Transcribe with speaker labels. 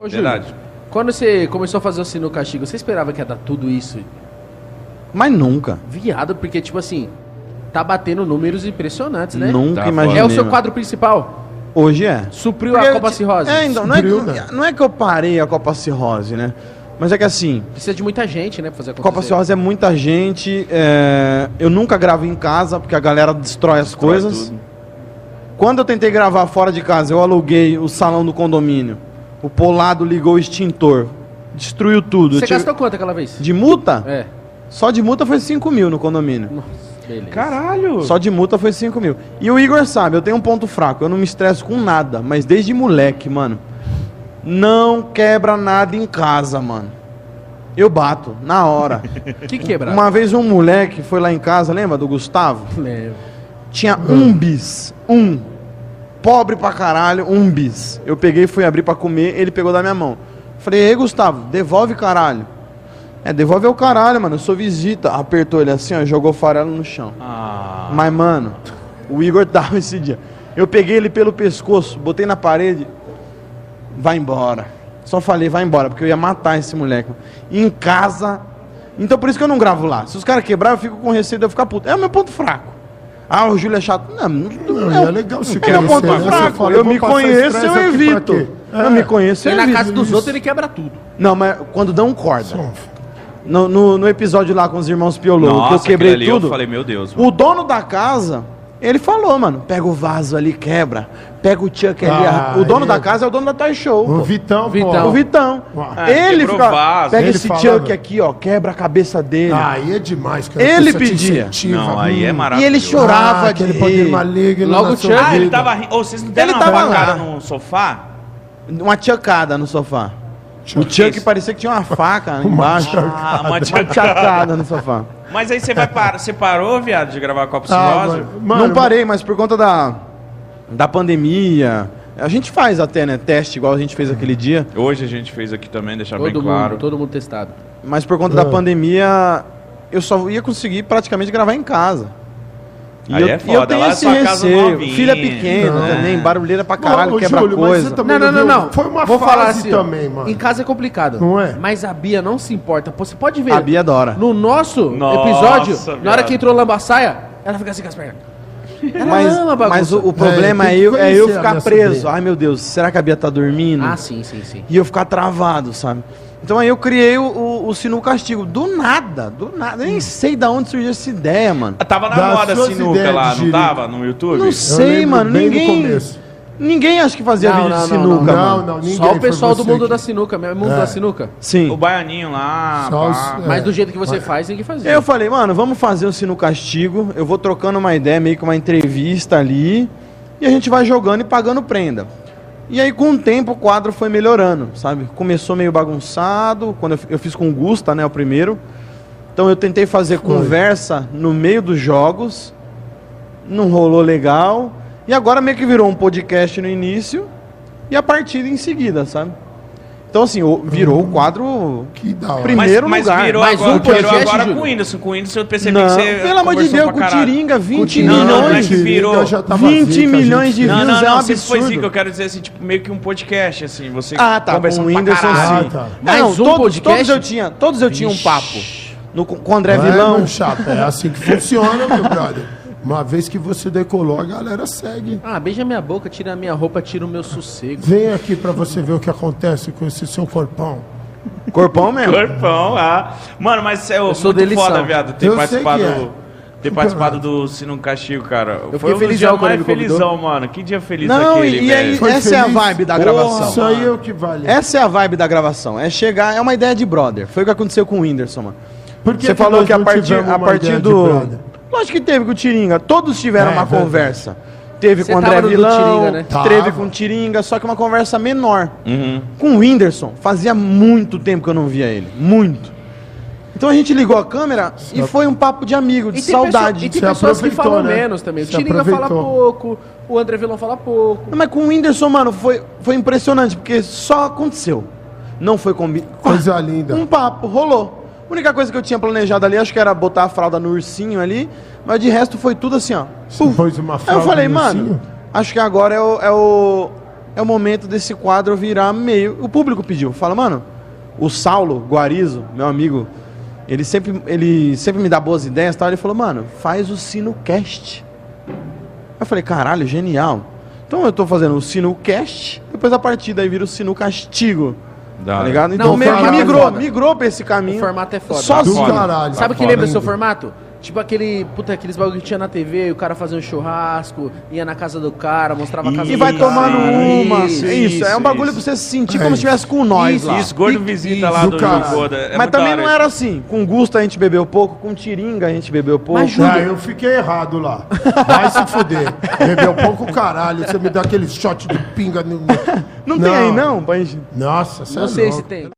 Speaker 1: Ô, Júlio,
Speaker 2: Verdade.
Speaker 1: Quando você começou a fazer o sinuca chico, você esperava que ia dar tudo isso?
Speaker 3: Mas nunca.
Speaker 1: Viado, porque, tipo assim, tá batendo números impressionantes, né?
Speaker 3: Nunca
Speaker 2: Tá
Speaker 3: imaginei.
Speaker 1: É o seu
Speaker 3: mano.
Speaker 1: quadro principal.
Speaker 3: Hoje é.
Speaker 1: Supriu
Speaker 3: Porque
Speaker 1: a
Speaker 3: eu
Speaker 1: Copa
Speaker 3: ti-
Speaker 1: Cirrose.
Speaker 3: É, então, não é,
Speaker 4: Supriu,
Speaker 3: que,
Speaker 4: cara.
Speaker 3: não é que eu parei a Copa Cirrose, né? Mas é que assim,
Speaker 1: Precisa de muita gente, né, pra fazer acontecer.
Speaker 3: Copa Cirrose é muita gente. é, Eu nunca gravo em casa, porque a galera destrói as coisas.
Speaker 2: tudo.
Speaker 3: Quando eu tentei gravar fora de casa, eu aluguei o salão do condomínio. O Polado ligou o extintor. Destruiu tudo. Eu
Speaker 1: Você
Speaker 3: tive-
Speaker 1: gastou quanto aquela vez?
Speaker 3: De multa?
Speaker 1: É.
Speaker 3: Só de multa foi 5 mil no condomínio.
Speaker 1: Nossa, beleza.
Speaker 4: Caralho!
Speaker 3: Só de multa foi 5 mil. E o Igor sabe, eu tenho um ponto fraco, eu não me estresso com nada, mas desde moleque, mano. Não quebra nada em casa, mano. Eu bato, na hora.
Speaker 1: Que quebra?
Speaker 3: Uma vez um moleque foi lá em casa, lembra do Gustavo?
Speaker 1: É.
Speaker 3: Tinha um bis. Um. Pobre pra caralho, um bis. Eu peguei, fui abrir pra comer, ele pegou da minha mão. Falei, ei, Gustavo, devolve caralho. É, devolve é o caralho, mano, eu sou visita. Apertou ele assim, ó, jogou farelo no chão.
Speaker 4: Ah,
Speaker 3: Mas, mano, o Igor tava esse dia. Eu peguei ele pelo pescoço, botei na parede. Vai embora. Só falei, vai embora, porque eu ia matar esse moleque. Em casa. Então por isso que eu não gravo lá. Se os caras quebrarem, eu fico com receio de eu ficar puto. É o meu ponto fraco. Ah, o Júlio é chato. Não, não,
Speaker 4: Não,
Speaker 3: é,
Speaker 4: é legal se
Speaker 3: é meu
Speaker 4: conhecer,
Speaker 3: ponto
Speaker 4: né? Você
Speaker 3: fraco.
Speaker 4: fala,
Speaker 3: eu
Speaker 4: eu vou
Speaker 3: me
Speaker 4: passar
Speaker 3: conheço,
Speaker 4: estresse
Speaker 3: eu
Speaker 4: aqui pra
Speaker 3: evito.
Speaker 4: quê?
Speaker 3: Eu
Speaker 4: É.
Speaker 3: me conheço, eu
Speaker 1: E na
Speaker 3: evito.
Speaker 1: casa dos
Speaker 4: isso.
Speaker 1: outros ele quebra tudo.
Speaker 3: Não, mas quando dão corda.
Speaker 4: sofre.
Speaker 3: No, no, no episódio lá com os irmãos Piolô, que eu
Speaker 2: Nossa,
Speaker 3: quebrei
Speaker 2: aquele ali,
Speaker 3: tudo.
Speaker 2: Eu falei, meu Deus. mano.
Speaker 3: O dono da casa, ele falou, mano, pega o vaso ali, quebra. Pega o Chuck ali.
Speaker 4: Ah,
Speaker 3: arra- o dono
Speaker 4: é.
Speaker 3: da casa é o dono da Toy Show.
Speaker 4: O
Speaker 3: pô.
Speaker 4: Vitão,
Speaker 1: Vitão.
Speaker 3: O
Speaker 4: pô.
Speaker 3: Vitão.
Speaker 4: Ah,
Speaker 3: ele
Speaker 2: quebrou
Speaker 3: fica,
Speaker 2: o vaso.
Speaker 3: pega
Speaker 4: Ele
Speaker 3: esse
Speaker 4: falava.
Speaker 3: Chuck aqui, ó, quebra a cabeça dele.
Speaker 4: Ah, aí é demais, cara.
Speaker 3: Ele
Speaker 4: Isso te
Speaker 3: pedia.
Speaker 4: incentiva.
Speaker 2: Não, aí é
Speaker 4: Hum.
Speaker 2: maravilhoso.
Speaker 3: E ele chorou. Chorava
Speaker 4: Ah, aquele
Speaker 3: de
Speaker 4: poder
Speaker 3: rir.
Speaker 4: maligno.
Speaker 1: Logo
Speaker 4: na
Speaker 1: o
Speaker 4: sua
Speaker 1: Chuck.
Speaker 2: Ah, ele
Speaker 4: vida.
Speaker 2: tava rindo. Ô, vocês não
Speaker 3: Ele
Speaker 2: deram uma
Speaker 3: tava lá.
Speaker 2: pancada no sofá?
Speaker 3: Uma tchacada no sofá. O
Speaker 4: Chuck.
Speaker 3: Chuck parecia que tinha uma faca embaixo.
Speaker 2: Ah, uma
Speaker 3: Uma tchacada no sofá.
Speaker 2: Mas aí você vai parar. Você parou, viado, de gravar Copa
Speaker 4: Ah,
Speaker 2: Cirrose?
Speaker 4: mano, mano,
Speaker 3: Não parei, mas por conta da, da pandemia. A gente faz até, né? Teste, igual a gente fez aquele dia.
Speaker 2: Hoje a gente fez aqui também, deixar
Speaker 1: Todo
Speaker 2: Tá bem
Speaker 1: mundo,
Speaker 2: claro.
Speaker 1: todo mundo testado.
Speaker 3: Mas por conta
Speaker 4: Ah.
Speaker 3: da pandemia, eu só ia conseguir praticamente gravar em casa. E,
Speaker 2: Aí
Speaker 3: eu,
Speaker 2: é
Speaker 3: e
Speaker 2: foda,
Speaker 3: eu tenho
Speaker 2: lá é
Speaker 3: esse
Speaker 2: sua casa
Speaker 3: receio.
Speaker 2: novinha.
Speaker 3: Filha pequena
Speaker 4: Não.
Speaker 3: também, barulheira pra
Speaker 4: Não,
Speaker 3: caralho,
Speaker 4: ô,
Speaker 3: quebra
Speaker 4: Júlio, mas
Speaker 3: coisa.
Speaker 4: você tá também viu? Foi uma
Speaker 1: Vou
Speaker 4: fase
Speaker 1: falar assim, ó,
Speaker 4: também, mano.
Speaker 1: Em casa é complicado.
Speaker 4: Não é?
Speaker 1: Mas a Bia não se importa. Pô, Você pode ver.
Speaker 3: A Bia adora.
Speaker 1: No nosso
Speaker 2: Nossa,
Speaker 1: episódio, na hora
Speaker 2: viado.
Speaker 1: que entrou Lamba Saia, ela fica assim com as pernas. Ela
Speaker 3: Mas,
Speaker 1: ama a bagunça.
Speaker 3: mas o, o problema
Speaker 4: tem
Speaker 3: é,
Speaker 4: que
Speaker 3: eu, é eu
Speaker 4: conhecer a
Speaker 3: ficar
Speaker 4: minha
Speaker 3: preso.
Speaker 4: sobrinha.
Speaker 3: Ai meu Deus, será que a Bia tá dormindo?
Speaker 1: Ah, sim, sim, sim.
Speaker 3: E eu ficar travado, sabe? Então aí eu criei o, o, o Sinu Castigo. Do nada, do nada. Eu
Speaker 4: Hum.
Speaker 3: nem sei da onde surgiu essa ideia, mano.
Speaker 2: Ah, Tava na
Speaker 4: Das
Speaker 2: moda
Speaker 4: suas
Speaker 2: sinuca
Speaker 4: ideias
Speaker 2: lá,
Speaker 4: de
Speaker 2: não
Speaker 4: jirico.
Speaker 2: tava? No YouTube?
Speaker 3: Não
Speaker 4: Eu
Speaker 3: sei,
Speaker 4: lembro
Speaker 3: mano.
Speaker 4: bem do
Speaker 3: Ninguém.
Speaker 4: começo.
Speaker 3: Ninguém acho que fazia
Speaker 1: Não,
Speaker 3: vídeo
Speaker 1: não,
Speaker 3: de
Speaker 1: não, não,
Speaker 3: sinuca, mano.
Speaker 4: Não, não, ninguém.
Speaker 1: Só o
Speaker 4: foi
Speaker 1: pessoal do
Speaker 4: você
Speaker 1: mundo
Speaker 4: que-
Speaker 1: da sinuca, mesmo, mundo
Speaker 4: É.
Speaker 1: da sinuca.
Speaker 3: Sim.
Speaker 2: O baianinho lá. pá.
Speaker 4: Só os- É.
Speaker 1: Mas do jeito que você faz, tem que fazer.
Speaker 3: Eu falei, mano, vamos fazer o sino castigo. Eu vou trocando uma ideia, meio que uma entrevista ali. E a gente vai jogando e pagando prenda. E aí, com o tempo, o quadro foi melhorando, sabe? Começou meio bagunçado. Quando eu, fi- eu fiz com o Gusta, né, o primeiro. Então eu tentei fazer conversa no meio dos jogos. Não rolou legal. E agora meio que virou um podcast no início. E a partida em seguida, sabe? Então, assim, o- virou o quadro
Speaker 4: Que da hora.
Speaker 3: Primeiro-
Speaker 2: Mas, mas
Speaker 3: lugar.
Speaker 2: virou
Speaker 1: Mais
Speaker 2: agora,
Speaker 1: um podcast,
Speaker 2: virou agora
Speaker 1: Júlio?
Speaker 2: com o Whindersson. Com o Whindersson eu percebi
Speaker 3: não,
Speaker 2: que você.
Speaker 3: pelo amor de
Speaker 2: conversou
Speaker 3: Deus,
Speaker 2: pra caralho.
Speaker 3: Cotiringa, 20
Speaker 4: Não,
Speaker 2: não,
Speaker 3: milhões.
Speaker 2: que virou.
Speaker 4: Eu já tava
Speaker 3: 20
Speaker 4: zica,
Speaker 3: milhões
Speaker 4: gente.
Speaker 3: de
Speaker 2: Não, não,
Speaker 3: Views é um
Speaker 2: não, se isso foi
Speaker 3: absurdo.
Speaker 2: zica, eu quero dizer assim, tipo, meio que um podcast, assim, você
Speaker 3: Ah, tá, com o
Speaker 2: pra
Speaker 3: Whindersson
Speaker 2: caralho.
Speaker 3: sim.
Speaker 4: Ah, tá.
Speaker 3: Não,
Speaker 1: Mais um
Speaker 3: todos,
Speaker 1: podcast?
Speaker 3: todos eu tinha, todos eu tinha um papo. No, com com o André
Speaker 4: É,
Speaker 3: Vilão.
Speaker 4: mano, chato, é assim que funciona, meu brother. Uma vez que você decolou, a galera segue.
Speaker 1: Ah, beija minha boca, tira a minha roupa, tira o meu sossego.
Speaker 4: Vem aqui pra você ver o que acontece com esse seu corpão.
Speaker 3: Corpão mesmo.
Speaker 2: Corpão, ah. Mano, mas é
Speaker 1: Eu sou
Speaker 2: muito
Speaker 1: delição.
Speaker 2: foda, viado, ter
Speaker 4: Eu sei
Speaker 2: participado,
Speaker 4: que é.
Speaker 2: ter participado do Sino Castigo, cara.
Speaker 1: fiquei
Speaker 2: Foi um dos
Speaker 1: felizão
Speaker 2: dias
Speaker 1: quando ele
Speaker 2: mais
Speaker 1: me convidou.
Speaker 2: felizão, mano. Que dia feliz
Speaker 3: Não,
Speaker 2: aquele,
Speaker 3: e, e aí,
Speaker 2: velho.
Speaker 4: Foi
Speaker 3: essa é a
Speaker 4: feliz?
Speaker 3: vibe da
Speaker 4: Porra,
Speaker 3: gravação.
Speaker 4: Isso aí é o que vale.
Speaker 3: Essa é a vibe da gravação. É chegar, é uma ideia de brother. Foi o que aconteceu com o Whindersson, mano.
Speaker 4: Por que
Speaker 3: Você
Speaker 4: que
Speaker 3: falou
Speaker 4: nós
Speaker 3: que a
Speaker 4: não
Speaker 3: partir,
Speaker 4: tivemos
Speaker 3: a
Speaker 4: uma
Speaker 3: partir
Speaker 4: ideia de
Speaker 3: do.
Speaker 4: brother?
Speaker 3: Lógico que teve com o Tiringa. Todos tiveram
Speaker 4: É,
Speaker 3: uma
Speaker 4: verdade.
Speaker 3: conversa. Teve
Speaker 1: Você
Speaker 3: com o André
Speaker 1: tava no do
Speaker 3: Vilão,
Speaker 1: Tiringa, né?
Speaker 3: teve
Speaker 4: Tava.
Speaker 3: com o Tiringa, só que uma conversa menor.
Speaker 2: Uhum.
Speaker 3: Com o Whindersson, fazia muito tempo que eu não via ele. Muito. Então a gente ligou a câmera e foi um papo de amigo, de saudade.
Speaker 1: pessoa- e tem
Speaker 4: Você
Speaker 1: pessoas que
Speaker 4: aproveitou,
Speaker 1: falam
Speaker 4: né?
Speaker 1: menos também. O
Speaker 4: Você
Speaker 1: Tiringa fala
Speaker 4: aproveitou.
Speaker 1: pouco, o André Vilão fala pouco.
Speaker 3: Não, mas com o Whindersson, mano, foi, foi impressionante, porque só aconteceu. Não foi combinado.
Speaker 4: Coisa linda.
Speaker 3: Um papo, rolou. A única coisa que eu tinha planejado ali, acho que era botar a fralda no ursinho ali, mas de resto foi tudo assim, ó.
Speaker 4: Você pôs uma
Speaker 3: Aí eu
Speaker 4: fralda
Speaker 3: falei,
Speaker 4: no
Speaker 3: mano,
Speaker 4: ursinho?
Speaker 3: acho que agora é o, é o é o momento desse quadro virar meio. O público pediu. Fala, mano, o Saulo Guarizo, meu amigo, ele sempre, ele sempre me dá boas ideias e tal. Ele falou, mano, faz o SinoCast. Eu falei, caralho, genial. Então eu tô fazendo o SinoCast, depois a partir daí vira o Sino Castigo. Tá ligado? Então
Speaker 1: Não, o
Speaker 3: meio que
Speaker 1: formato é
Speaker 3: migrou,
Speaker 1: foda.
Speaker 3: migrou pra esse
Speaker 1: O
Speaker 3: caminho.
Speaker 1: formato é foda.
Speaker 3: Só
Speaker 4: Do
Speaker 3: assim.
Speaker 4: caralho.
Speaker 1: Sabe o que
Speaker 2: Tá foda
Speaker 1: lembra o seu
Speaker 4: ainda.
Speaker 1: formato? Tipo aquele, puta, aqueles bagulho que tinha na TV, o cara fazia um churrasco, ia na casa do cara, mostrava a casa
Speaker 3: E
Speaker 1: do
Speaker 3: vai
Speaker 1: cara.
Speaker 3: tomando
Speaker 2: Isso,
Speaker 3: uma. Isso,
Speaker 2: isso,
Speaker 3: é um bagulho
Speaker 2: isso.
Speaker 3: pra você se sentir
Speaker 4: É
Speaker 3: como
Speaker 4: isso.
Speaker 3: se estivesse com nós lá.
Speaker 2: Isso, gordo
Speaker 1: E-
Speaker 2: visita lá
Speaker 4: isso,
Speaker 2: do
Speaker 4: cara.
Speaker 2: Gorda. É
Speaker 3: Mas
Speaker 2: muito
Speaker 3: também
Speaker 2: da hora
Speaker 3: não era assim. Com Gusta a gente bebeu pouco, com Tiringa a gente bebeu pouco.
Speaker 1: Mas, Júlio,
Speaker 4: Ah, eu fiquei errado lá. Vai se fuder. Bebeu pouco caralho. Você me dá aquele shot de pinga no.
Speaker 3: não, tem aí não, pra gente...
Speaker 4: Nossa, você
Speaker 1: Não
Speaker 4: é
Speaker 1: sei
Speaker 4: louco.
Speaker 1: se tem.